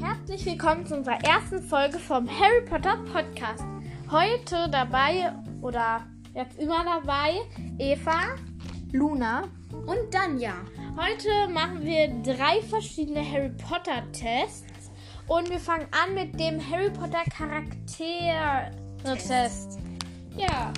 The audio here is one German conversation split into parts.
herzlich willkommen zu unserer ersten Folge vom Harry Potter Podcast. Heute dabei oder jetzt immer dabei Eva, Luna. Und dann ja. Heute machen wir drei verschiedene Harry Potter Tests und wir fangen an mit dem Harry Potter Charakter Test. Ja,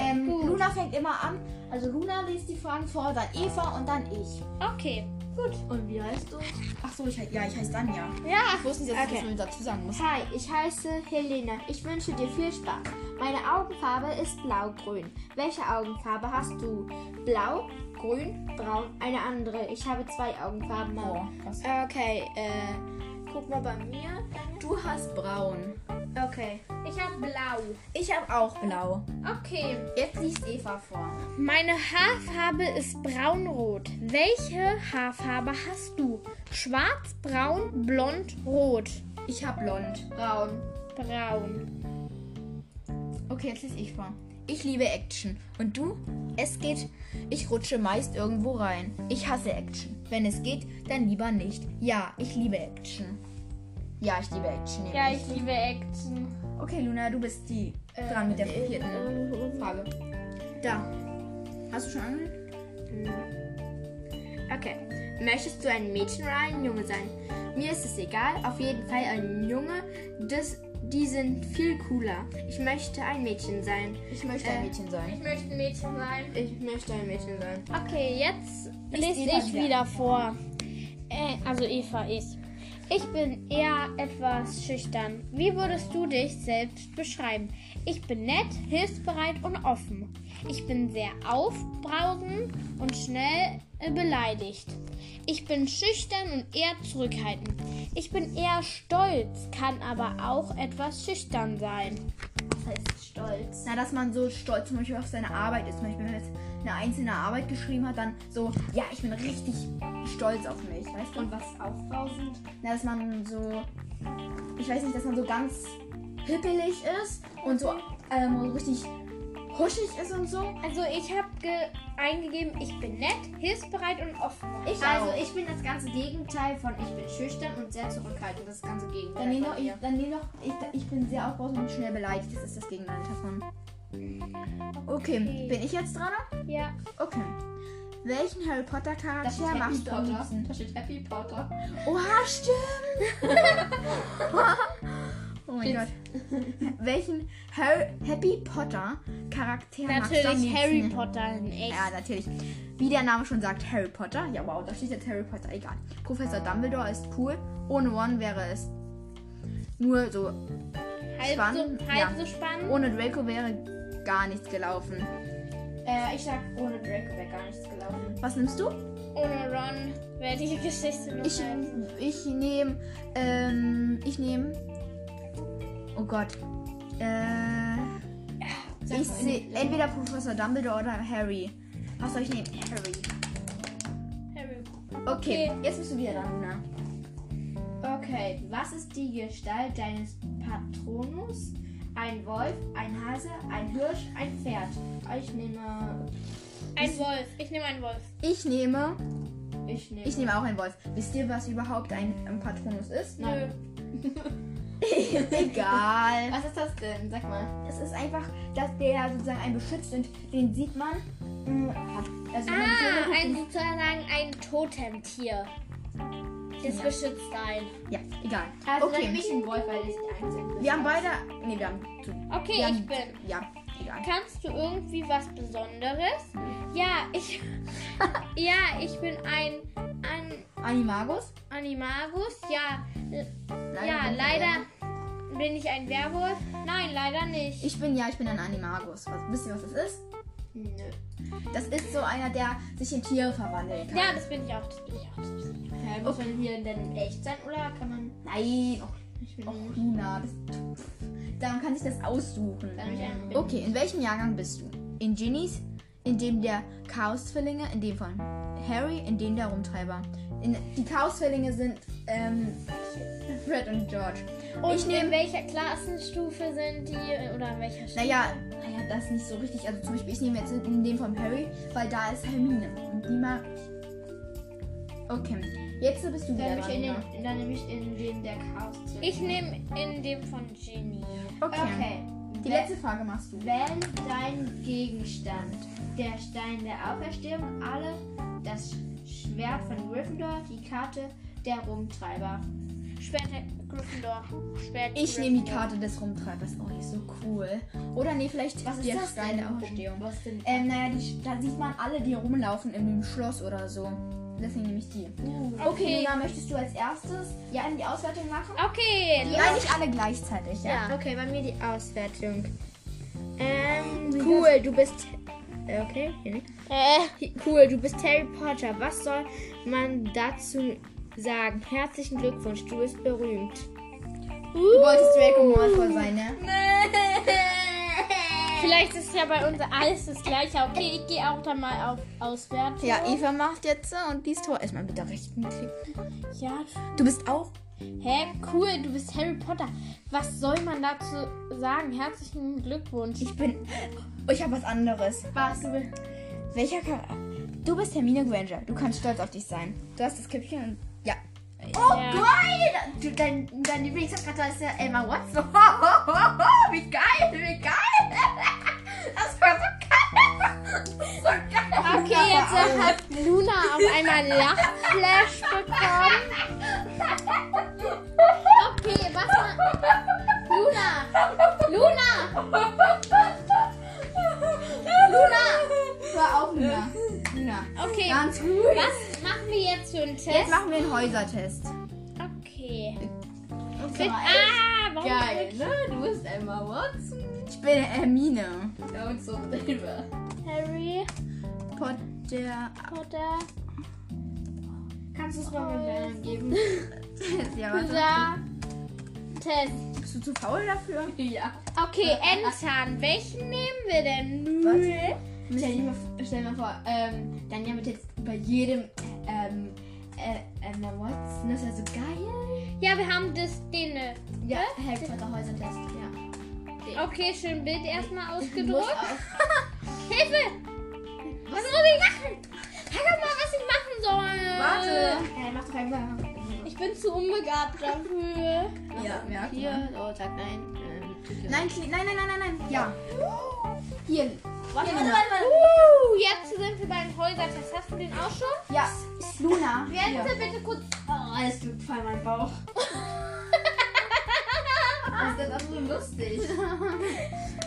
Ähm, Luna fängt immer an. Also Luna liest die Fragen vor, dann Eva und dann ich. okay, gut. Und wie heißt du? Ach so, ich, he- ja, ich heiße Danja. Ja, Ich wusste jetzt, Okay. dass man dazu sagen muss. Hi, ich heiße Helene. Ich wünsche dir viel Spaß. Meine Augenfarbe ist blaugrün. Welche Augenfarbe hast du? Blau, grün, braun, eine andere. Ich habe zwei Augenfarben. Oh, Mama. Oh. krass. Okay, äh, guck mal bei mir. Du hast braun. Okay. ich habe blau. Ich habe auch. Blau. Okay. Jetzt liest Eva vor. Meine Haarfarbe ist braunrot. Welche Haarfarbe hast du? Schwarz, braun, blond, rot. Ich hab blond. Braun. Braun. Okay, jetzt lese ich vor. Ich liebe Action. Und du? Es geht. Ich rutsche meist irgendwo rein. Ich hasse Action. Wenn es geht, dann lieber nicht. Ja, ich liebe Action. Ja, ich liebe Action. nämlich. Ja, ich liebe Action. Okay, Luna, du bist die Äh, dran mit der vierten Frage. Da. Hast du schon angelegt? Okay. Möchtest du ein Mädchen oder ein Junge sein? Mir ist es egal. Auf jeden Fall ein Junge. Das, die sind viel cooler. Ich möchte ein Mädchen sein. Ich möchte ein Äh, Mädchen sein. möchte ein Mädchen sein. Ich möchte ein Mädchen sein. Okay, jetzt lese Eva ich wieder. wieder vor. Äh, also Eva, ich. Ich bin eher etwas schüchtern. Wie würdest du dich selbst beschreiben? Ich bin nett, hilfsbereit und offen. Ich bin sehr aufbrausend und schnell äh, beleidigt. Ich bin schüchtern und eher zurückhaltend. Ich bin eher stolz, kann aber auch etwas schüchtern sein. Das heißt stolz. Na, dass man so stolz zum Beispiel auf seine Arbeit ist. Zum Beispiel, wenn man jetzt eine einzelne Arbeit geschrieben hat, dann so, ja, ich bin richtig stolz auf mich, weißt du? Und was aufbrausend? Na, dass man so, ich weiß nicht, dass man so ganz hippelig ist und so ähm, so richtig huschig ist und so. Also ich habe eingegeben, ich bin nett, hilfsbereit und offen. Ich also, ich bin das ganze Gegenteil von ich bin schüchtern und sehr zurückhaltend. Das ganze Gegenteil. Dann nehme von doch, ich, mir. dann nehm doch ich, ich bin sehr aufbrausend und schnell beleidigt. Das ist das Gegenteil davon. Okay, Okay. bin ich jetzt dran? Ja. Okay. Welchen Harry Potter Das ist Charakter Happy machst du am Potter. liebsten? Da steht Happy Potter. Oha, stimmt. oh mein Gott. Welchen Harry, Happy Potter Charakter magst du am Natürlich liebsten? Harry Potter in echt. Ja, natürlich. Wie der Name schon sagt, Harry Potter. Ja, wow, da steht jetzt Harry Potter. Egal. Professor Dumbledore ist cool. Ohne Ron wäre es nur so. halb spannend, so, halb ja. so spannend. Ohne Draco wäre gar nichts gelaufen. Äh, ich sag, ohne Draco wäre gar nichts gelaufen. Was nimmst du? Ohne Ron wäre die Geschichte noch Ich, halb- ich nehme. Ähm, ich nehme. Oh Gott. Äh, ich sehe entweder Professor Dumbledore oder Harry. Was soll ich nehmen? Harry. Harry Potter. Okay. Okay, jetzt bist du wieder dran, Luna. Okay, was ist die Gestalt deines Patronus? Ein Wolf, ein Hase, ein Hirsch, ein Pferd. Ich nehme. Ein Wolf. Ich nehme einen Wolf. Ich nehme. Ich nehme. Ich nehme auch einen Wolf. Wisst ihr, was überhaupt ein, ein Patronus ist? Nö. Egal. Was ist das denn? Sag mal. Es ist einfach, dass der sozusagen einen beschützt und den sieht man. mm, Also, wenn man so Ah, hinguckt, ein sozusagen ein Totemtier. Das beschützt ein. Ja, egal. Also dann nehme okay. ich einen Wolf, weil ich die einzige Wir haben beide. Nee, wir haben zu. Okay, Ja, ich bin. Ja, egal. Kannst du irgendwie was Besonderes? Ja, ich. ja, ich bin ein. ein Animagus? Animagus. Ja. Leider ja, bin ich leider ein- bin ich ein Werwolf. Nein, leider nicht. Ich bin ja, ich bin ein Animagus. Was, wisst ihr, was das ist? Nö. Das ist so einer, der sich in Tiere verwandeln kann. ja, das bin ich auch. Das bin ich auch. Das bin ich auch. Okay, muss man hier denn echt sein oder kann man. Nein. Ich bin Och, och Luna. Das, da man kann sich das aussuchen. Dann bin ich ein- Okay, in welchem Jahrgang bist du? In Genies? In dem der Chaos-Zwillinge? In dem von Harry? In dem der Rumtreiber? In, die Chaos-Zwillinge sind ähm, Fred und George. Und ich in nehme... welcher Klassenstufe sind die äh, oder in welcher Stufe? Naja, naja, das ist nicht so richtig. Also zum Beispiel, ich nehme jetzt in dem von Harry, weil da ist Hermine. Und die mag ich. Okay, jetzt bist du wieder Dann, dran. ne? nehme ich Nina. in den, dann nehme ich in den der Chaos. Ich nehme in dem von Genie. okay. Okay. Die letzte Frage machst du. Wenn dein Gegenstand, der Stein der Auferstehung, alle, das Schwert von Gryffindor, die Karte der Rumtreiber. Schwert Gryffindor. Schwert Ich nehme die Gryffindor. Karte des Rumtreibers. Oh, die ist so cool. Oder nee, vielleicht Was ist der das Stein denn? der Auferstehung. Was denn? Ähm, naja, die, da sieht man alle, die rumlaufen in dem Schloss oder so. Deswegen nehme ich die. Uh. Okay. Luna, möchtest du als erstes ja. die Auswertung machen? Okay. Nein, nicht alle gleichzeitig. Ja. Ja. Okay, bei mir die Auswertung. Ähm, cool, du bist. äh, Okay, hier nicht. Äh, Hi- Cool, du bist Harry Potter. Was soll man dazu sagen? Herzlichen Glückwunsch, du bist berühmt. Du wolltest Draco Malfoy sein, ne? vielleicht ist ja bei uns alles das gleiche. Okay, ich gehe auch dann mal auf auswärts. Ja, Eva macht jetzt äh, und dies Tor. Erstmal mit der rechten Klick. Ja. Du bist auch. Hä, cool, du bist Harry Potter. Was soll man dazu sagen? Herzlichen Glückwunsch. Ich bin. Oh, ich habe was anderes. Was? Welcher Charakter? Du bist Hermine Granger. Du kannst stolz auf dich sein. Du hast das Käppchen und. Ja. ja. Oh, Du, dein dein Lieblingscharakter ist ja Emma Watson. wie geil, wie geil. Das war so geil. So geil. Okay, jetzt äh, hat Luna auf einmal einen Lachflash bekommen. Okay, was ma- Luna! Luna! Hör auf, Luna. Luna. Okay, Ganz ruhig. was machen wir jetzt für einen Jetzt Test? machen wir einen Häusertest. Okay. Mit, ah, warum? Geil, ne? Du bist Emma Watson. Ich bin Hermine. Und so selber. Harry Potter. Potter, Kannst du es mal mit Männern geben? Ja, was? dieser Test. Bist du zu faul dafür? ja. Okay, Entern. Welchen nehmen wir denn? Stell dir mal, stell dir mal vor, ähm, Danja wird jetzt bei jedem ähm, äh, Emma Watson. Das wäre so geil. Ja, wir haben das äh, Dinne. Ja, Harry Potter Häusertest. Ja. Okay, schön Bild erstmal Muss ausgedruckt. auch. Hilfe! Was soll ich machen? Sag doch mal, was ich machen soll. Warte. Ja, mach doch einfach. Ich bin zu unbegabt dafür. Ja, merkt Hier, oh, sag nein. Ähm, Nein, kli- nein, nein, nein, nein, nein. Ja. Hier. warte, warte, Uh, jetzt sind wir beim Häusertest. Hast du den auch schon? Ja. Luna. hier. Jetzt bitte kurz. Oh, es tut voll mein Bauch. das ist auch so lustig.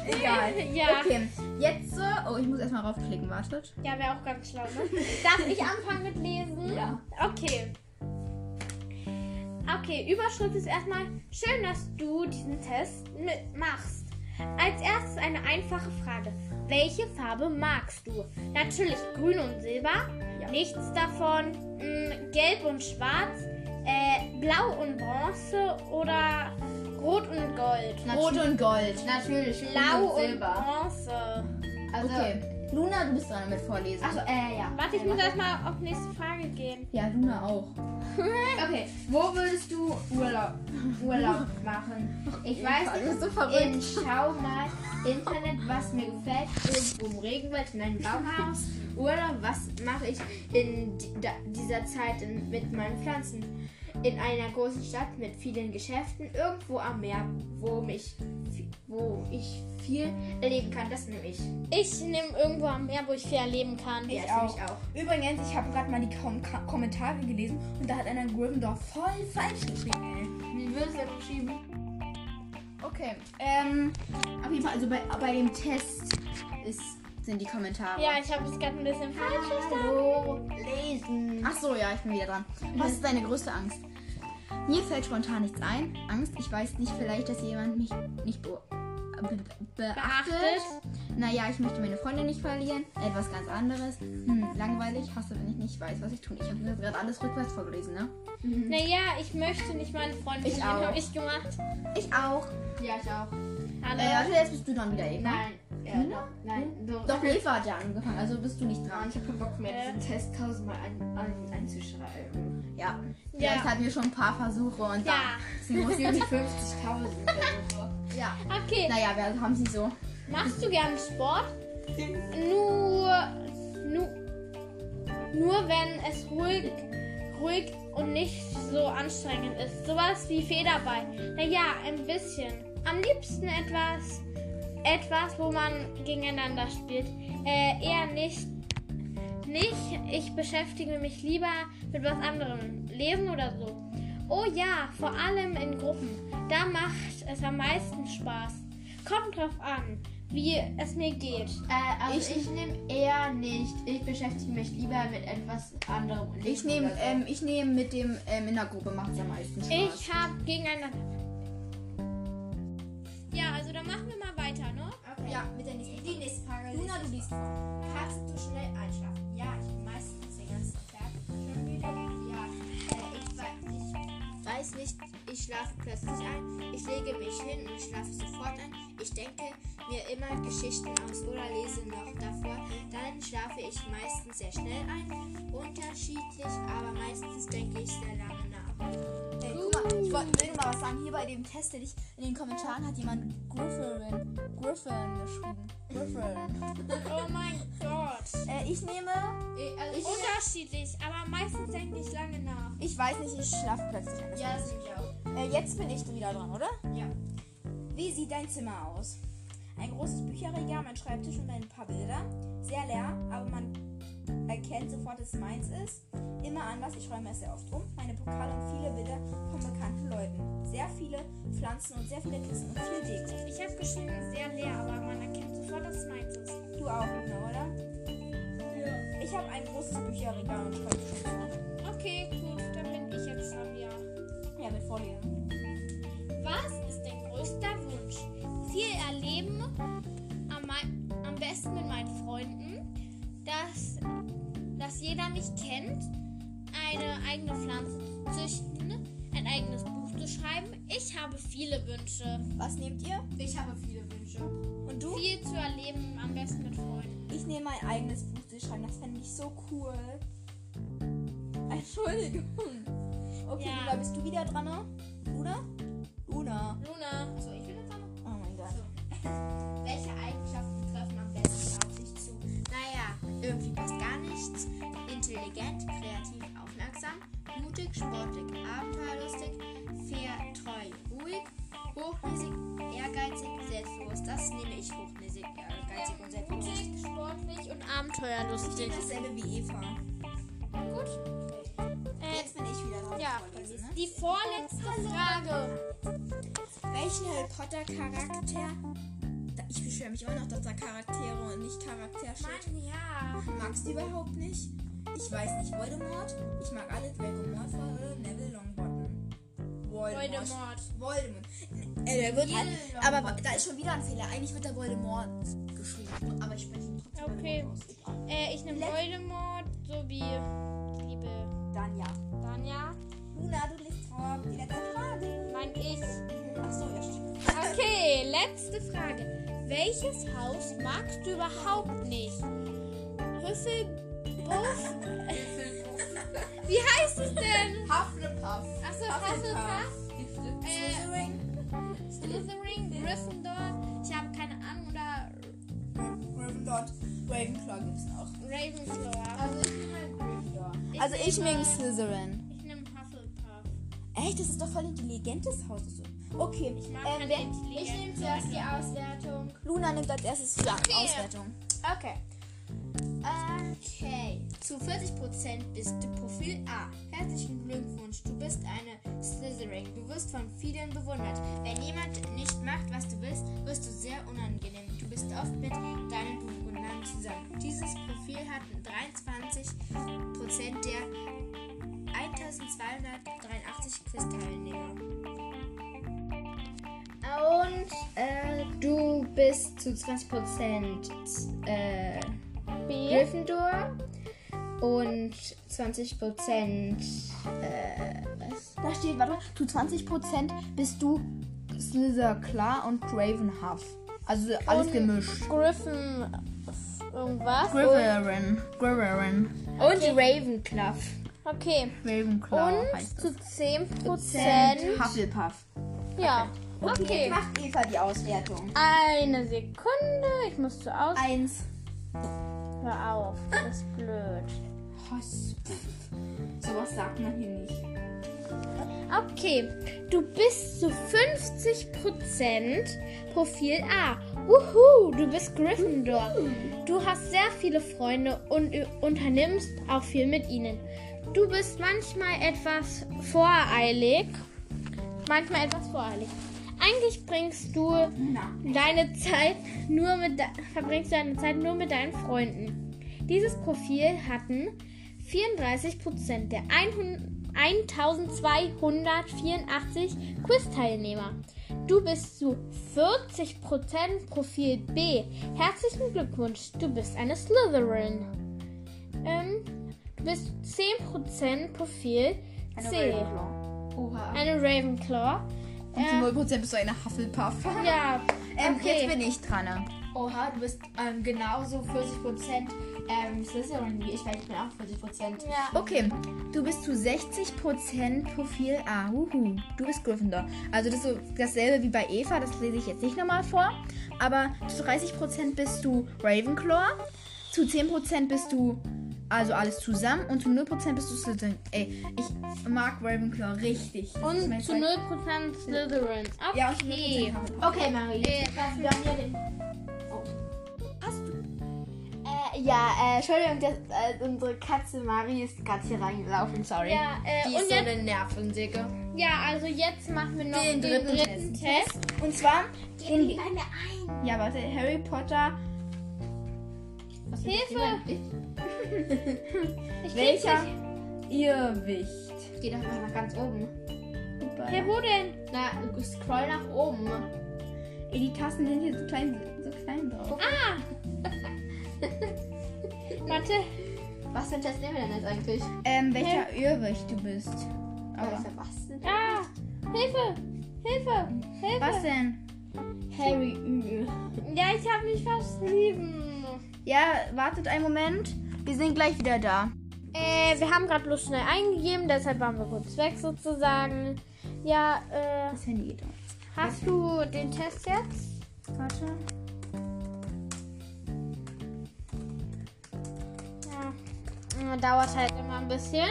Egal. Ja, Okay. Jetzt. äh, Oh, ich muss erstmal raufklicken. Wartet. ja wäre auch ganz schlau. Ne? Darf ich anfangen mit Lesen? Ja. Okay. Okay, Überschrift ist erstmal schön, dass du diesen Test mitmachst. Als erstes eine einfache Frage. Welche Farbe magst du? Natürlich grün und silber, nichts davon, mh, gelb und schwarz, äh, blau und bronze oder rot und gold. Rot und Gold. Natürlich, Blau blau und, und silber. bronze. Also, Okay. Luna, du bist dran mit Vorlesen. Achso, äh, ja. Warte, ich Äh, muss erstmal auf nächste Frage gehen. Ja, Luna auch. Okay, wo würdest du Urlaub, Urlaub machen? Ich weiß nicht. so In, schau mal Internet, was mir gefällt. Irgendwo im Regenwald, in einem Baumhaus. Urlaub, was mache ich in di- da, dieser Zeit in, mit meinen Pflanzen? In einer großen Stadt mit vielen Geschäften, irgendwo am Meer, wo, mich, vi- wo ich viel erleben kann. Das nehme ich. Ich nehme irgendwo am Meer, wo ich viel erleben kann. Ja, auch. das nehme ich auch. Übrigens, ich habe gerade mal die Kom Ka- Kommentare gelesen und da hat einer Gryffindor voll falsch geschrieben. Wie würdest du das beschrieben? ey. Okay, ähm, auf jeden Fall, also bei, bei dem Test ist, sind die Kommentare. Ja, ich habe es gerade ein bisschen falsch verstanden. Hallo, lesen. Ach so, ja, ich bin wieder dran. Was ist deine größte Angst? Mir fällt spontan nichts ein. Angst, ich weiß nicht, vielleicht, dass jemand mich nicht be be beachtet. Naja, ich möchte meine Freunde nicht verlieren. Etwas ganz anderes. Hm, langweilig, hasse, wenn ich nicht weiß, was ich tun. Ich habe gerade alles rückwärts vorgelesen, ne? Naja, ich möchte nicht meine Freunde Ich verlieren, auch. habe ich gemacht. Ich auch. Ja, ich auch. Hallo. Äh, warte, jetzt bist du dann wieder Eva. Nein. Ja, doch. Nein. Hm? Doch. Äh. Doch, Eva hat ja angefangen, also bist du nicht Ah, dran. Ich hab keinen Bock mehr, diesen Test tausendmal an, an, anzuschreiben. Ja. Vielleicht hatten wir schon ein paar Versuche und ja. dann. Muss irgendwie 50.000 oder so. ja. Okay, Naja, wir haben sie so. machst du gern Sport? Nur, nur, nur wenn es ruhig, ruhig und nicht so anstrengend ist. Sowas wie Federball. Naja, ein bisschen. Am liebsten etwas, etwas, wo man gegeneinander spielt. Äh, eher nicht, nicht. Ich beschäftige mich lieber mit was anderem. Lesen oder so. Oh ja, vor allem in Gruppen. Da macht es am meisten Spaß. Kommt drauf an, wie es mir geht. Äh, also ich, nehme eher nicht. Ich beschäftige mich lieber mit etwas anderem. und Ich nicht nehme oder so. ähm, ich nehm mit dem ähm, in der Gruppe macht es am meisten Spaß. Ich habe gegeneinander. Ja, also dann machen wir mal weiter, ne? Ja, mit der nächsten. Die nächste Frage Luna, du liest. Kannst du schnell einschlafen? Ja, ich bin meistens den ganzen Tag schon wieder. Ja, äh, ich, weiß, ich weiß nicht, ich schlafe plötzlich ein. Ich lege mich hin und schlafe sofort ein. Ich denke mir immer Geschichten aus oder lese noch davor. Dann schlafe ich meistens sehr schnell ein. Unterschiedlich, aber meistens denke ich sehr lange nach. Hey, guck mal, ich wollte will nur mal was sagen. Hier bei dem Test, den ich in den Kommentaren hat jemand Griffin, Griffin geschrieben. Griffin. Oh mein Gott. äh, ich nehme. Ich, Unterschiedlich, aber meistens denke ich lange nach. Ich weiß nicht, ich schlafe plötzlich. ein. ja, das sind wir auch. Äh, jetzt bin ich wieder dran, oder? Ja. Wie sieht dein Zimmer aus? Ein großes Bücherregal, mein Schreibtisch und ein paar Bilder. Sehr leer, aber man erkennt sofort, dass es meins ist. Immer anders, ich räume es sehr oft um. Meine Pokale und viele Bilder von bekannten Leuten. Sehr viele Pflanzen und sehr viele Kisten und viel Deko. Ich habe geschrieben, sehr leer, aber man erkennt sofort, dass es meins ist. Du auch, Luna, oder? Ja. Ich habe ein großes Bücherregal und Schreibtisch. Okay, gut, dann bin ich jetzt dran, ja. Ja, mit Vorlesen. Was ist dein größter Wunsch? Viel erleben, am, mei- am besten mit meinen Freunden, dass, dass jeder mich kennt, eine eigene Pflanze zu züchten, ein eigenes Buch zu schreiben. Ich habe viele Wünsche. Was nehmt ihr? Ich habe viele Wünsche. Und du? Viel zu erleben, am besten mit Freunden. Ich nehme mein eigenes Buch zu schreiben. Das fände ich so cool. Entschuldigung. Okay, Ja. Luna, bist du wieder dran? ne? Luna? Luna. Luna, So, ich bin jetzt am Oh mein Gott. Welche Eigenschaften treffen am besten auf dich zu? Naja, irgendwie passt gar nichts. Intelligent, kreativ, aufmerksam, mutig, sportlich, abenteuerlustig, fair, treu, ruhig, hochnäsig, ehrgeizig, selbstbewusst. Das nehme ich hochnäsig, ehrgeizig und selbstbewusst. mutig, sportlich und abenteuerlustig. Dasselbe wie Eva. Gut. Äh, Jetzt bin ich wieder dran. ja, mit Vorlesen, ne? die vorletzte Frage. Welchen Harry Potter Charakter? Da- Ich beschwere mich immer noch, dass da Charaktere und nicht Charakter steht. Mann, ja. Magst du überhaupt nicht? Ich weiß nicht, Voldemort? Ich mag alle Draco Malfoy oder Neville Longbottom. Voldemort. Voldemort. Äh, der wird halt, aber wa- da ist schon wieder ein Fehler. Eigentlich wird der Voldemort geschrieben, aber ich spreche ihn trotzdem Okay. Voldemort aus. Äh, ich nehme Voldemort sowie liebe Dann ja. Danja. Luna, du liest vor. Die letzte Frage. Mein Ich. Achso, ja stimmt. Okay, letzte Frage. Welches Haus magst du überhaupt nicht? Hufflepuff? Wie heißt es denn? Hufflepuff. Achso, Hufflepuff? Äh, Slytherin? Gryffindor? Ich habe keine Ahnung. Oder Gryffindor. Ravenclaw gibt's noch. Ravenclaw? Also ich nehme Gryffindor. Also ich nehme nehme- Slytherin. Ich nehme Hufflepuff. Echt, das ist doch voll intelligentes Haus. und so. Okay, Ich mag ähm, keine wer, Intelligenz. Ich nehme zuerst die Auswertung. Luna nimmt als erstes die Auswertung. Okay. Okay. Zu 40% bist du Profil A. Herzlichen Glückwunsch, du bist eine Slytherin. Du wirst von vielen bewundert. Wenn jemand nicht macht, was du willst, wirst du sehr unangenehm. Du bist oft mit deinen Bewundern zusammen. Dieses Profil hat 23% der 1283 Quiz-Teilnehmer. Und äh, du bist zu 20% äh, B. Gryffindor und 20% äh, was? Da steht, warte, zu 20% bist du Slither klar und Gravenhuff. Also alles Und- gemischt. Griffin. Irgendwas? Griverin. Griverin. Und Ravenclaw. Okay. Ravenclaw Und heißt zu 10%. es. Hufflepuff. Ja. Jetzt Okay. macht Eva die Auswertung. Eine Sekunde. Ich muss zu aus. Eins. Hör auf. Das ist blöd. Hoss. So sowas sagt man hier nicht. Okay, du bist zu 50% Profil A. Wuhu, du bist Gryffindor. Du hast sehr viele Freunde und ü- unternimmst auch viel mit ihnen. Du bist manchmal etwas voreilig. Manchmal etwas voreilig. Eigentlich bringst du deine Zeit nur mit de verbringst du deine Zeit nur mit deinen Freunden. Dieses Profil hatten 34% der 100 1284 Quiz-Teilnehmer. Du bist zu 40% Profil B. Herzlichen Glückwunsch, du bist eine Slytherin. Ähm, du bist 10% Profil C. Oha. Eine Ravenclaw. Und zu Ähm, 0% bist du eine Hufflepuff. ja, Ähm, okay. Jetzt bin ich dran. Oha, du bist ähm, genauso 40% ähm, Slytherin wie ich, weil ich bin auch 40%. Ja. Okay, du bist zu 60% Profil A. Huhu. Du bist Gryffindor. Also das ist so dasselbe wie bei Eva, das lese ich jetzt nicht nochmal vor. Aber zu 30% bist du Ravenclaw, zu 10% bist du also alles zusammen und zu 0% bist du Slytherin. Ey, ich mag Ravenclaw richtig. Ich Und mein, zu ich- 0% Slytherin. Okay. Ja, und zu 0% Hufflepuff. Okay, Marie. Äh, was wir haben hier den Äh, ja, äh, Entschuldigung, das, äh, unsere Katze Marie ist gerade hier reingelaufen. Sorry. Ja, äh, Die und ist so jetzt- eine Nervendicke. ja, also jetzt machen wir noch den, Den dritten dritten Test. Und zwar Gib ihm eine ein. Ja, warte, Harry Potter. Hilfe! ich krieg's Welcher nicht. Irrwicht? Geh doch mal nach ganz oben. Ja, wo denn? Na, scroll nach oben. Ey, die Tassen sind hier so klein, so klein drauf. Ah, Warte. Was für ein Test nehmen wir denn jetzt eigentlich? Ähm, welcher Irrwicht du bist? Aber, Also, was denn? Ah! Hilfe! Hilfe! Hilfe! was denn? Harry Ü. Ja, ich habe mich verschrieben. Ja, wartet einen Moment. Wir sind gleich wieder da. Äh, wir haben gerade bloß schnell eingegeben, deshalb waren wir kurz weg sozusagen. Ja, äh, Das Handy geht auf. hast du den Test jetzt? Warte. Ja. Äh, Dauert halt immer ein bisschen.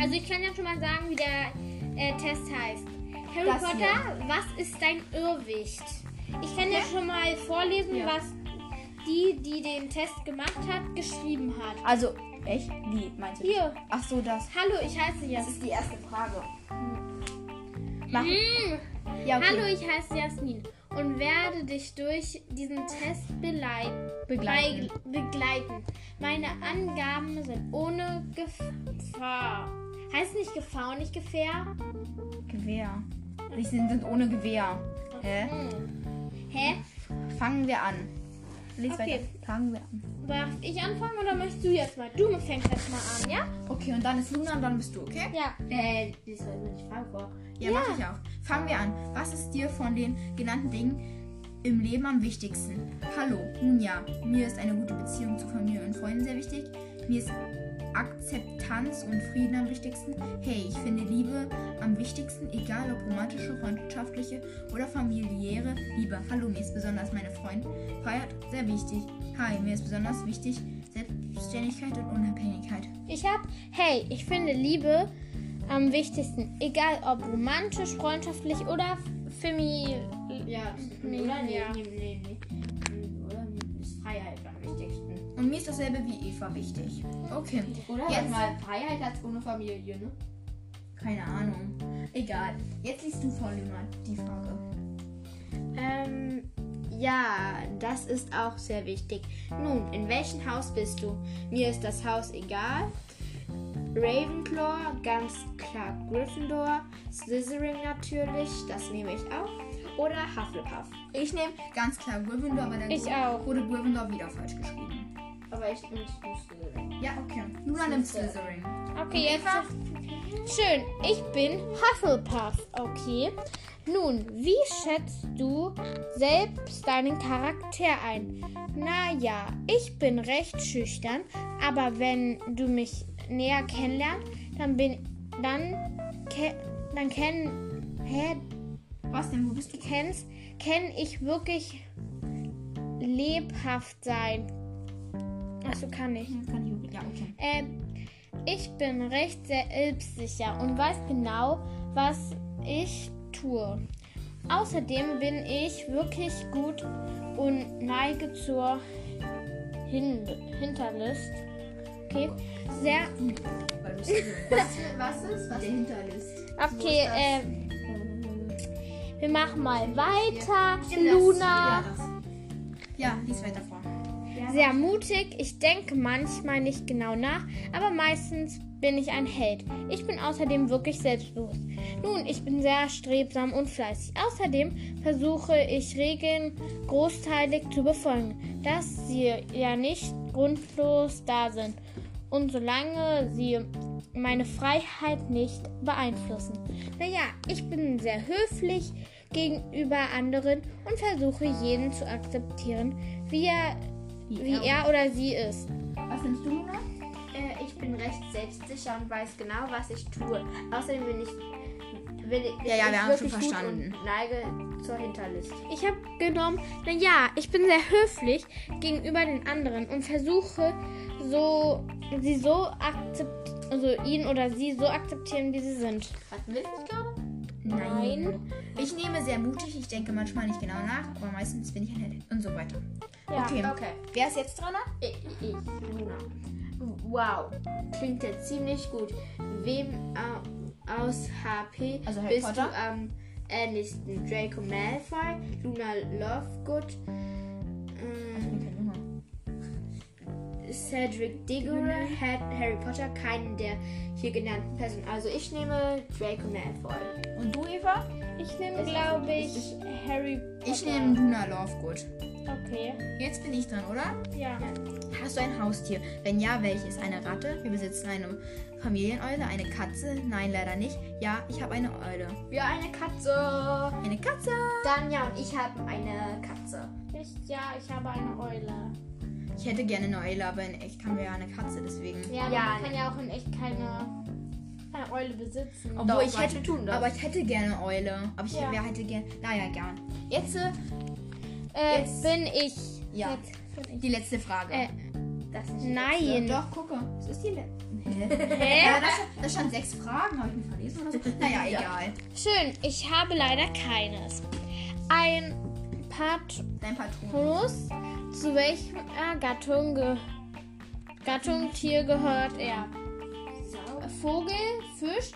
Also ich kann ja schon mal sagen, wie der äh, Test heißt. Harry Das Potter, was ist dein Irrwicht? Ich kann ja schon mal vorlesen, Ja. was die, die den Test gemacht hat, geschrieben hat. Also, echt? Wie meinst du? Hier, Ach so, das. hallo, ich heiße Jasmin. ist die erste Frage. Hm. Mach. Ja, okay. Hallo, ich heiße Jasmin und werde dich durch diesen Test belei- Begleiten. bei- begleiten. Meine Angaben sind ohne Gefahr. Heißt nicht Gefahr und nicht Gefähr? Gewehr. Die sind, sind ohne Gewehr. Hä? Hm. Hä? Fangen wir an. Lies Okay. weiter. Fangen wir an. Darf ich anfangen oder möchtest du jetzt mal? Du fängst jetzt mal an, ja? Okay, und dann ist Luna und dann bist du, okay? Ja. Äh, die ist heute nicht Frage vor. Ja, mach ich auch. Fangen wir an. Was ist dir von den genannten Dingen im Leben am wichtigsten? Hallo, nun ja, mir ist eine gute Beziehung zu Familie und Freunden sehr wichtig. Mir ist Akzeptanz und Frieden am wichtigsten. Hey, ich finde Liebe am wichtigsten, egal ob romantische, freundschaftliche oder familiäre Liebe. Hallo, mir ist besonders meine Freund Freiheit sehr wichtig. Hi, mir ist besonders wichtig Selbstständigkeit und Unabhängigkeit. Ich hab, hey, ich finde Liebe am wichtigsten. Egal ob romantisch, freundschaftlich oder Familie. Ja, Nee, oder? Nee, ja. nee, nee, nee. Hm, Oder? Nee, Ist Freiheit am wichtigsten. Und mir ist dasselbe wie Eva wichtig. Okay. Oder? Jetzt- Jetzt mal Freiheit als ohne Familie, ne? Keine Ahnung. Egal. Jetzt liest du vor, Luna, die Frage. Ähm, ja, das ist auch sehr wichtig. Nun, in welchem Haus bist du? Mir ist das Haus egal. Ravenclaw, ganz klar Gryffindor, Slytherin natürlich, das nehme ich auch. Oder Hufflepuff. Ich nehme ganz klar Gryffindor, aber dann Ich auch. wurde Gryffindor wieder falsch geschrieben. Aber ich nehme Slytherin. Ja, okay. Luna nimmt Slytherin. Okay, jetzt. Schön, ich bin Hufflepuff. Okay. Nun, wie schätzt du selbst deinen Charakter ein? Naja, ich bin recht schüchtern, aber wenn du mich näher kennenlernst, dann bin. Dann. Ke dann kennen. Hä? Was denn? Wo bist du? Kennst. Kenn ich wirklich lebhaft sein? Achso, Also kann ich. Kann ich- Ja, okay. Äh, Ich bin recht selbstsicher und weiß genau, was ich tue. Außerdem bin ich wirklich gut und neige zur Hin Hinterlist. Okay, sehr. Was ist? Was Hinterlist? Okay, ähm, wir machen mal weiter. genau. Luna, Ja, lies weiter vor. sehr mutig. Ich denke manchmal nicht genau nach, aber meistens bin ich ein Held. Ich bin außerdem wirklich selbstbewusst. Nun, ich bin sehr strebsam und fleißig. Außerdem versuche ich Regeln großteilig zu befolgen, dass sie ja nicht grundlos da sind. Und solange sie meine Freiheit nicht beeinflussen. Naja, ich bin sehr höflich gegenüber anderen und versuche jeden zu akzeptieren, wie er, wie er oder sie ist. Was nimmst du, Luna? Äh, ich bin recht selbstsicher und weiß genau, was ich tue. Außerdem bin ich. Bin ich Ja, ja, wir haben ich schon wirklich gut verstanden. Und neige zur Hinterlist. Ich habe genommen, naja, ich bin sehr höflich gegenüber den anderen und versuche so, sie so akzept, also ihn oder sie so akzeptieren, wie sie sind. Hatten wir das gerade? Nein. Ich nehme sehr mutig, ich denke manchmal nicht genau nach, aber meistens bin ich ein Held und so weiter. Ja. Okay. Okay. Wer ist jetzt dran? Ich, ich, Luna. Wow. Klingt ja ziemlich gut. Wem äh, aus HP Also Harry bist Potter? du am ähnlichsten? Draco Malfoy, Luna Lovegood, ähm, Cedric Diggory, Ha- Harry Potter, keinen der hier genannten Personen. Also ich nehme Draco Malfoy. Und du, Eva? Ich nehme, glaube ich, Harry Potter. Ich nehme Luna Lovegood. Okay. Jetzt bin ich dran, oder? Ja. Hast du ein Haustier? Wenn ja, welches? Eine Ratte? Wir besitzen eine Familieneule, eine Katze? Nein, leider nicht. Ja, ich habe eine Eule. Ja, eine Katze. Eine Katze! Danja und ich haben eine Katze. Ich, ja, ich habe eine Eule. Ich hätte gerne eine Eule, aber in echt haben wir ja eine Katze, deswegen. Ja, Ja, man kann ja auch in echt keine, keine Eule besitzen. Obwohl ich manche hätte, tun das. aber ich hätte gerne Eule. Aber ich Ja. wer hätte gerne. Naja, gern. Jetzt äh, Äh, Jetzt- bin ich. Ja. Jetzt bin ich. die letzte Frage. Äh, Das ist Nein. Doch, gucke. Das ist die letzte. Hä? Hä? Ja, da, stand- da stand sechs Fragen. Habe ich mir verlesen oder so? Naja, egal. Schön, ich habe leider keines. Ein Patronus, Dein Patron. zu welcher Gattung, ge Gattung Tier gehört er? Vogel, Fisch.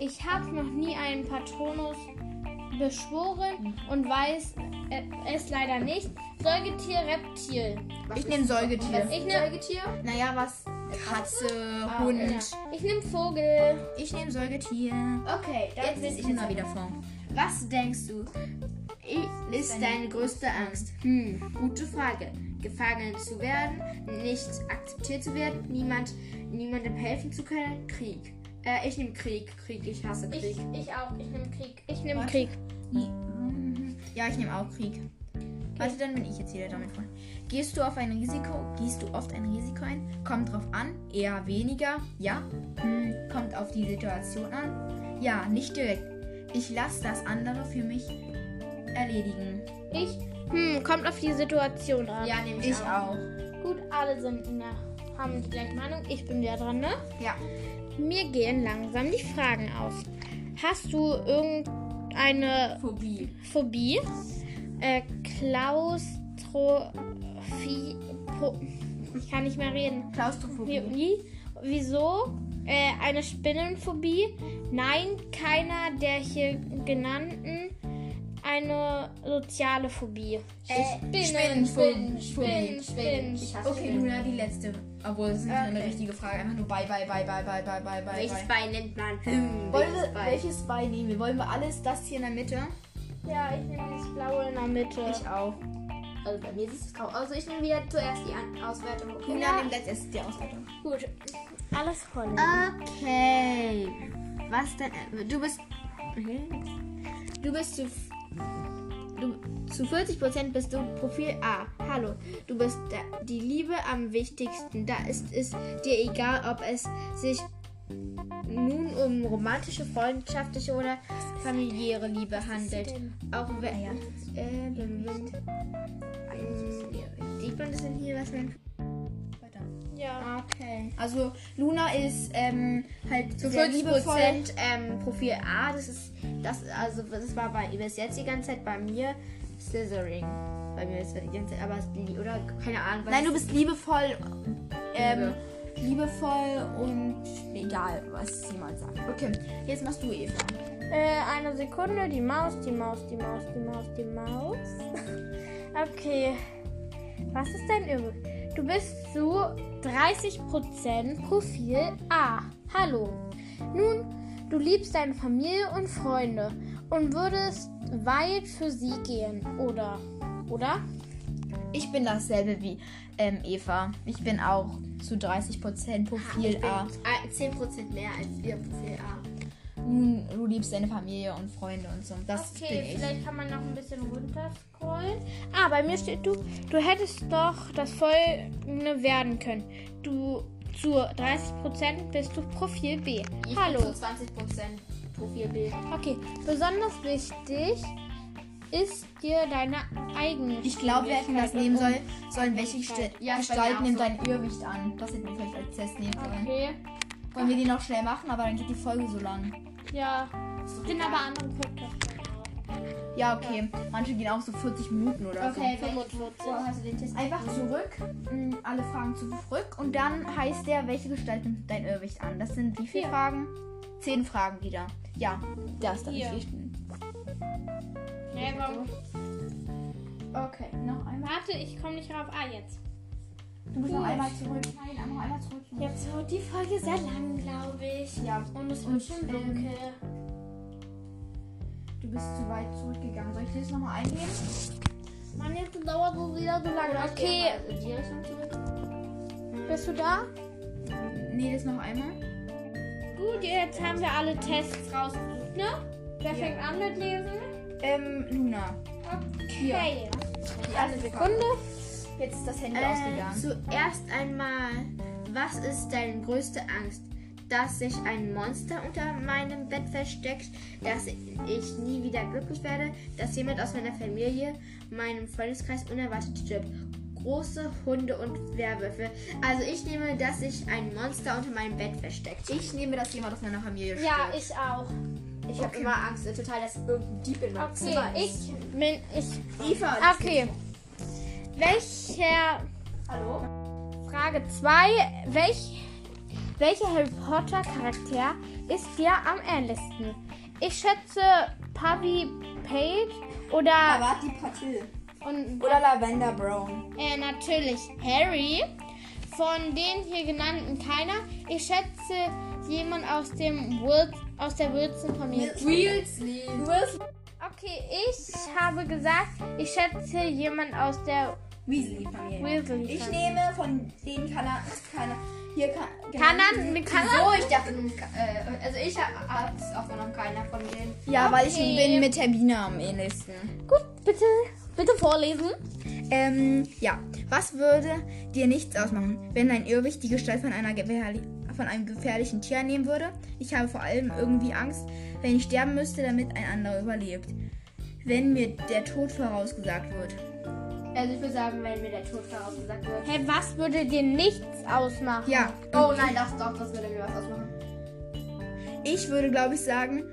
Ich habe noch nie einen Patronus beschworen und weiß äh, es leider nicht. Säugetier, Reptil. Ich nehme Säugetier. Ich nehme Naja, was? Katze, Hund. ich nehm Vogel. Ich nehme Säugetier. Okay, dann Jetzt lese ich jetzt mal wieder vor. Was denkst du, i- ist deine größte Angst? Hm, gute Frage. Gefangen zu werden, nicht akzeptiert zu werden, niemand, niemandem helfen zu können, Krieg. Äh, ich nehme Krieg, Krieg, ich hasse Krieg. ich auch. Ich nehme Krieg. Ich nehme Krieg. Ja, ich nehme auch Krieg. Warte, dann bin ich jetzt wieder damit dran. Gehst du auf ein Risiko? Gehst du oft ein Risiko ein? Kommt drauf an? Eher weniger? Ja? Hm, kommt auf die Situation an? Ja, nicht direkt. Ich lasse das andere für mich erledigen. Ich? Hm, kommt auf die Situation an. Ja, nehme ich, Ich auch. Gut, alle sind in der, haben die gleiche Meinung. Ich bin wieder dran, ne? Ja. Mir gehen langsam die Fragen aus. Hast du irgendeine Phobie. Phobie? Äh, Klaustrophie. Po- Ich kann nicht mehr reden. Wie, Klaustrophobie. wie, wieso? Äh, eine Spinnenphobie? Nein, keiner der hier genannten. Eine soziale Phobie. Äh, Spinnen, Spinnenphobie. Spinnen, Spinnen. Okay, Luna, die letzte. Obwohl, das ist nicht eine Okay. richtige Frage. Einfach nur bye, bye, bye, bye, bye, bye, bye, bye. Welches bye. Bein nennt man? Hm, Wollen wir, welches Bein? welches Bein nehmen wir? Wollen wir alles das hier in der Mitte? Ja, ich nehme das blaue in der Mitte. Ich auch. Also bei mir ist es grau. Also ich nehme wieder zuerst die An Auswertung. Okay. Luna nimmt als erstes die Auswertung. Gut. Alles voll. Okay. Was denn? Du bist. Okay. Du bist zu. f- Du, zu 40% bist du Profil A. Hallo. Du bist da, die Liebe am wichtigsten. Da ist es dir egal, ob es sich nun um romantische, freundschaftliche oder familiäre Liebe handelt. Auch wenn. Äh, wenn- wenn- Ich bin das denn hier was mein. Weiter. Ja. Okay. Also Luna ist ähm, halt Zu sehr 40 liebevoll. Prozent ähm, Profil A, das ist das, also das war bei bis jetzt die ganze Zeit bei mir Slytherin. Bei mir ist es die ganze Zeit, aber es- die- oder keine Ahnung. was Nein, du es- bist liebevoll, ähm, liebevoll und egal, was jemand sagt. Okay, jetzt machst du Eva. Äh, eine Sekunde. Die Maus, die Maus, die Maus, die Maus, die Maus. okay. Was ist dein Übel? Du bist zu 30% Profil A. Hallo. Nun, du liebst deine Familie und Freunde und würdest weit für sie gehen, oder? Oder? Ich bin dasselbe wie ähm, Eva. Ich bin auch zu 30% Profil A. Ah, 10% mehr als ihr Profil A. Nun, du liebst deine Familie und Freunde und so. Das bin Okay, ich. vielleicht kann man noch ein bisschen runterscrollen. Ah, bei mir steht du, du hättest doch das Folgende werden können. Du zu 30% bist du Profil B. Ich Hallo. Bin zu 20% Profil B. Okay, besonders wichtig ist dir deine eigene Ich glaube, wir hätten das nehmen sollen, sollen welche Gestalt, Ja, ich Gestalt weiß nimmt auch dein Irrwicht an. Das hätten wir vielleicht als Test nehmen sollen. Okay, Wollen wir die noch schnell machen, aber dann geht die Folge so lang. ja. Sind aber andere Podcasts. Ja, okay. Manche gehen auch so 40 Minuten oder Okay, so. welche- wo hast du den Test? Einfach zurück, mh, alle Fragen zurück und dann heißt der, welche Gestalt nimmt dein Irrwicht an? Das sind wie viele Vier. Fragen? Zehn Fragen wieder. Ja, das darf ich Vier. nicht. Nee, warum? Okay, noch einmal. Warte, ich komme nicht rauf. Ah, jetzt. Du musst noch einmal zurück. Nein, noch einmal zurück. Jetzt wird die Folge sehr lang, glaube ich. Ja, Und es Und, ähm, wird schon dunkel. du bist zu weit zurückgegangen. Soll ich das nochmal eingeben? Mann, jetzt dauert so wieder so lange. Okay, Also in die Richtung zurück. bist du da? Nee, das noch einmal. Gut, jetzt haben wir alle Tests rausgesucht, ne? Wer fängt an mit Lesen? Ähm, Luna. Okay. Eine Sekunde. Jetzt ist das Handy Äh, ausgegangen. zuerst einmal, was ist deine größte Angst? Dass sich ein Monster unter meinem Bett versteckt, dass ich nie wieder glücklich werde, dass jemand aus meiner Familie, meinem Freundeskreis unerwartet stirbt. Große Hunde und Werwölfe. Also ich nehme, dass sich ein Monster unter meinem Bett versteckt. Ich nehme das jemand aus meiner Familie. Ja, stirbt. ich auch. Ich habe immer Angst, äh, total, dass irgendein Dieb in meinem Okay, Zimmer ist. ich bin ich. Ah, Eva, das Okay. Welcher Hallo? Frage 2, welch, welcher Harry Potter Charakter ist dir am ähnlichsten? Ich schätze Pavi Page oder Avati Patil. und Oder Lavender Brown. äh, natürlich Harry. Von den hier genannten keiner. Ich schätze jemand aus dem Wil aus der Wilson-Familie. Weasley. Okay, ich habe gesagt, ich schätze jemand aus der Weasley-Familie. Wilson-Familie. Ich nehme von den Kanaren. Kana hier Ka- Kanan, mit Kanan? Oh, ich dachte, äh, also ich habe es auch genommen, keiner von denen. Ja, weil ich Okay. bin mit Hermine am ähnlichsten. Gut, bitte, bitte vorlesen. Ähm, ja. Was würde dir nichts ausmachen, wenn ein Irrwicht die Gestalt von, einer gefährli von einem gefährlichen Tier annehmen würde? Ich habe vor allem irgendwie Angst, wenn ich sterben müsste, damit ein anderer überlebt. Wenn mir der Tod vorausgesagt wird. Also ich würde sagen, wenn mir der Tod vorausgesagt wird. Hä, was würde dir nichts ausmachen? Ja. Oh nein, das doch, das würde mir was ausmachen. Ich würde, glaube ich, sagen,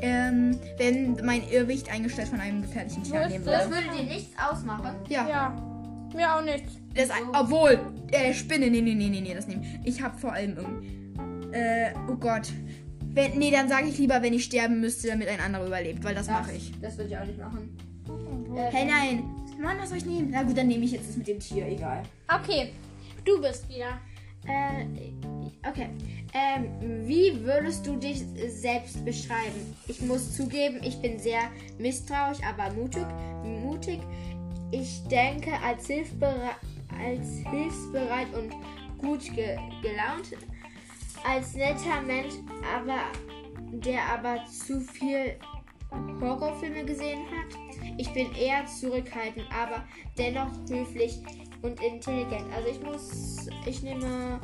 ähm, wenn mein Irrwicht eingestellt von einem gefährlichen Tier annehmen Das würde. würde dir nichts ausmachen. Ja, Ja. Mir auch nichts. Das, obwohl, äh, Spinne, nee, nee, nee, nee, nee, das nehmen. Ich habe vor allem irgendwie, äh, oh Gott. Wenn, nee, dann sage ich lieber, wenn ich sterben müsste, damit ein anderer überlebt, weil das mache ich. Das würde ich auch nicht machen. Hey, nein. Mann, was soll ich nehmen? Na gut, dann nehme ich jetzt das mit dem Tier, egal. Okay, du bist wieder. Äh, okay. Ähm, wie würdest du dich selbst beschreiben? Ich muss zugeben, ich bin sehr misstrauisch, aber mutig. mutig. Ich denke, als, hilfbere als hilfsbereit und gut ge gelaunt. Als netter Mensch, aber der aber zu viel Horrorfilme gesehen hat. Ich bin eher zurückhaltend, aber dennoch höflich und intelligent. Also ich muss, ich nehme,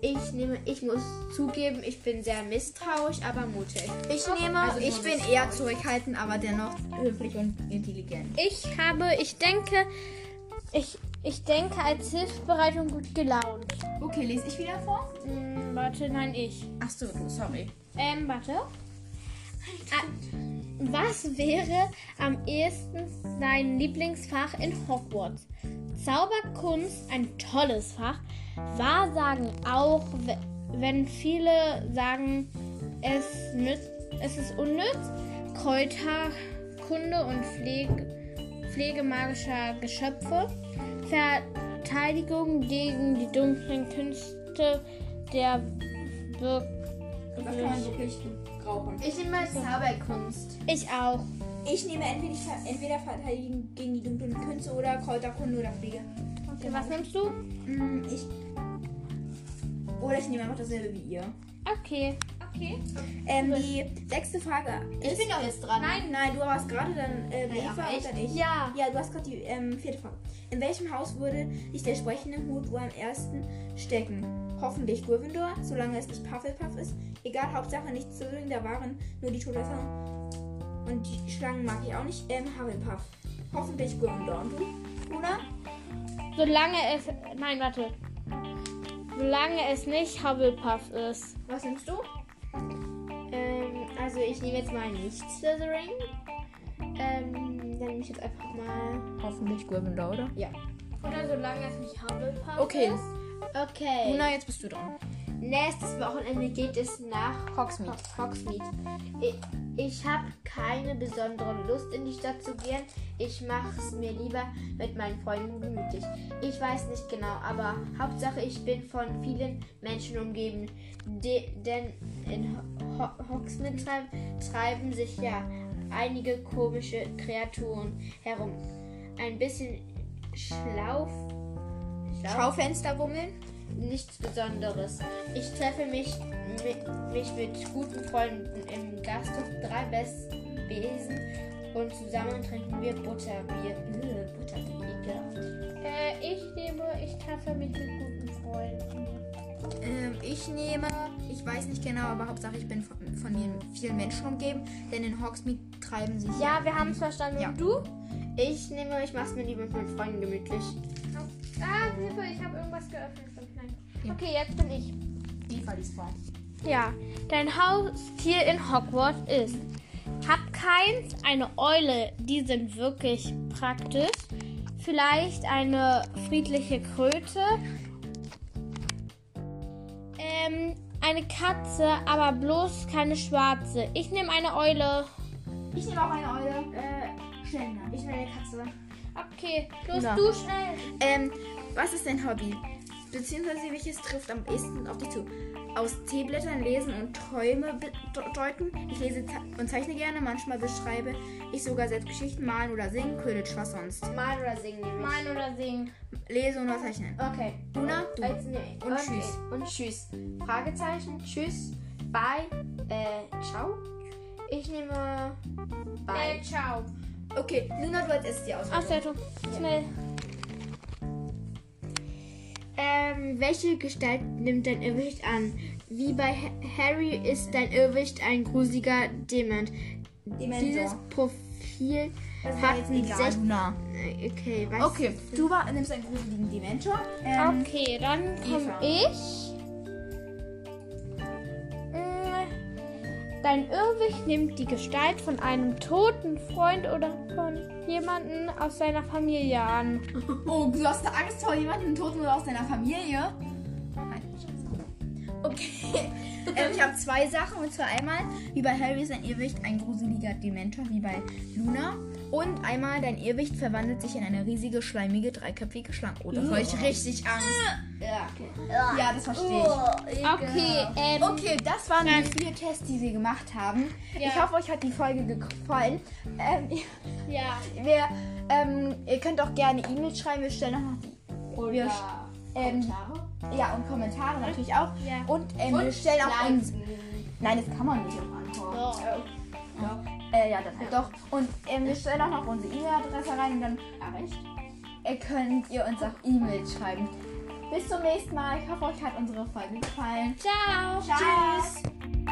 ich nehme, ich muss zugeben, ich bin sehr misstrauisch, aber mutig. Ich nehme, Also ich nur bin das eher zurückhaltend, aber dennoch höflich und intelligent. Ich habe, ich denke, ich Ich denke als hilfsbereit und gut gelaunt. Okay, lese ich wieder vor? Hm, warte, nein, ich. Ach so, sorry. Ähm, warte. Ah, was wäre am ehesten sein Lieblingsfach in Hogwarts? Zauberkunst, ein tolles Fach. Wahrsagen auch, we- wenn viele sagen, es, nützt, es ist unnütz. Kräuterkunde und Pflege, Pflege magischer Geschöpfe. Verteidigung gegen die dunklen Künste der Birk. Das kann man wirklich brauchen. Ich nehme mal Zauberkunst. Ich auch. Ich nehme entweder, die- entweder Verteidigung gegen die dunklen Künste oder Kräuterkunde oder Fliege. Okay, was nimmst du? Mhm. Mm, Ich. Oder ich nehme einfach dasselbe wie ihr. Okay. Okay. Ähm, die sechste Frage. Ich bin doch jetzt dran. Nein, nein, du warst gerade dann äh, Nein, Eva aber und dann ich. Ja. Ja, du hast gerade die ähm, vierte Frage. In welchem Haus würde sich der sprechende Hut wohl am ersten stecken? Hoffentlich Gryffindor, solange es nicht Puffelpuff ist. Egal, Hauptsache nicht Zwilling, da waren nur die Todesser. Und die Schlangen mag ich auch nicht. Ähm, Hufflepuff. Hoffentlich Gryffindor. Und du? Luna? Solange es. Nein, warte. Solange es nicht Hubblepuff ist. Was nimmst du? Ähm, also ich nehme jetzt mal nicht Slytherin. Ähm, dann nehme ich jetzt einfach mal. Hoffentlich Gryffindor, oder? Oder solange es nicht Hubblepuff Okay. Okay. Luna, jetzt bist du dran. Nächstes Wochenende geht es nach Hogsmeade. Hogsmeade. Ich, ich habe keine besondere Lust, in die Stadt zu gehen. Ich mache es mir lieber mit meinen Freunden gemütlich. Ich weiß nicht genau, aber Hauptsache ich bin von vielen Menschen umgeben. De, denn in Ho Hogsmeade treib, treiben sich ja einige komische Kreaturen herum. Ein bisschen schlau. schlau Schaufenster wummeln? nichts Besonderes. Ich treffe mich, mi- mich mit guten Freunden im Gasthof drei besten Besen und zusammen trinken wir Butterbier. Äh, Butterbier. ekelhaft. Äh, ich nehme, ich treffe mich mit guten Freunden. Ähm, ich nehme, ich weiß nicht genau, aber Hauptsache ich bin von, von den vielen Menschen umgeben, denn in Hogsmeade treiben sich. Ja, wir haben es verstanden. Ja. Und du? Ich nehme, ich mach's mir lieber mit meinen Freunden gemütlich. Ah, Hilfe, ich habe irgendwas geöffnet. Nein. Ja. Okay, jetzt bin ich. Eva liest vor. Ja, dein Haustier in Hogwarts ist. Hab keins, eine Eule, die sind wirklich praktisch. Vielleicht eine friedliche Kröte. Ähm, eine Katze, aber bloß keine schwarze. Ich nehme eine Eule. Ich nehme auch eine Eule. Äh, Schnell. Ich nehme eine Katze. Okay, los Na. du schnell. Ähm, was ist dein Hobby? Beziehungsweise welches trifft am ehesten auf dich zu? Aus Teeblättern lesen und Träume be- de- deuten. Ich lese ze- und zeichne gerne. Manchmal beschreibe ich sogar selbst Geschichten, malen oder singen. Quidditch, was sonst? Malen oder singen nehme ich. Malen oder singen. Lesen oder zeichnen. Okay. Luna, du. Jetzt nee. Und okay. tschüss. Und tschüss. Fragezeichen. Tschüss. Bye. Äh, ciao. Ich nehme. Bye. Äh, ciao. Okay, Luna, du als erstes die Auswahl. Auswertung, schnell. Ähm, welche Gestalt nimmt dein Irrwicht an? Wie bei Ha- Harry ist dein Irrwicht ein grusiger Dement. Dieses Profil hat ein 16. Luna. Okay, weiß Okay, du war, nimmst einen gruseligen Dementor. Ähm, Okay, dann komme Eva. ich. Mm, Dein Irrwicht nimmt die Gestalt von einem toten Freund oder von jemandem aus seiner Familie an. Oh, du hast Angst vor jemandem Toten oder aus deiner Familie? Okay. ähm, ich habe zwei Sachen. Und zwar einmal, wie bei Harry ist ein Irrwicht ein gruseliger Dementor, wie bei Luna. Und einmal, dein Irrwicht verwandelt sich in eine riesige, schleimige, dreiköpfige Schlange. Oh, da habe ich richtig Angst. Ja, ja das verstehe ich. Okay, ähm, Okay, das waren die vier Tests, die wir gemacht haben. Ich hoffe, euch hat die Folge gefallen. Ähm, ja. wir, ähm, ihr könnt auch gerne E-Mails schreiben. Wir stellen auch noch die wir, ähm, Ja, und Kommentare natürlich auch. Ja. Und, ähm, wir stellen auch uns. Nein, das kann man nicht. Doch. Äh, ja, dann halt doch. Und ähm, wir stellen auch noch unsere E-Mail-Adresse rein und dann äh, könnt ihr uns auch E-Mails schreiben. Bis zum nächsten Mal. Ich hoffe, euch hat unsere Folge gefallen. Ciao. Tschüss.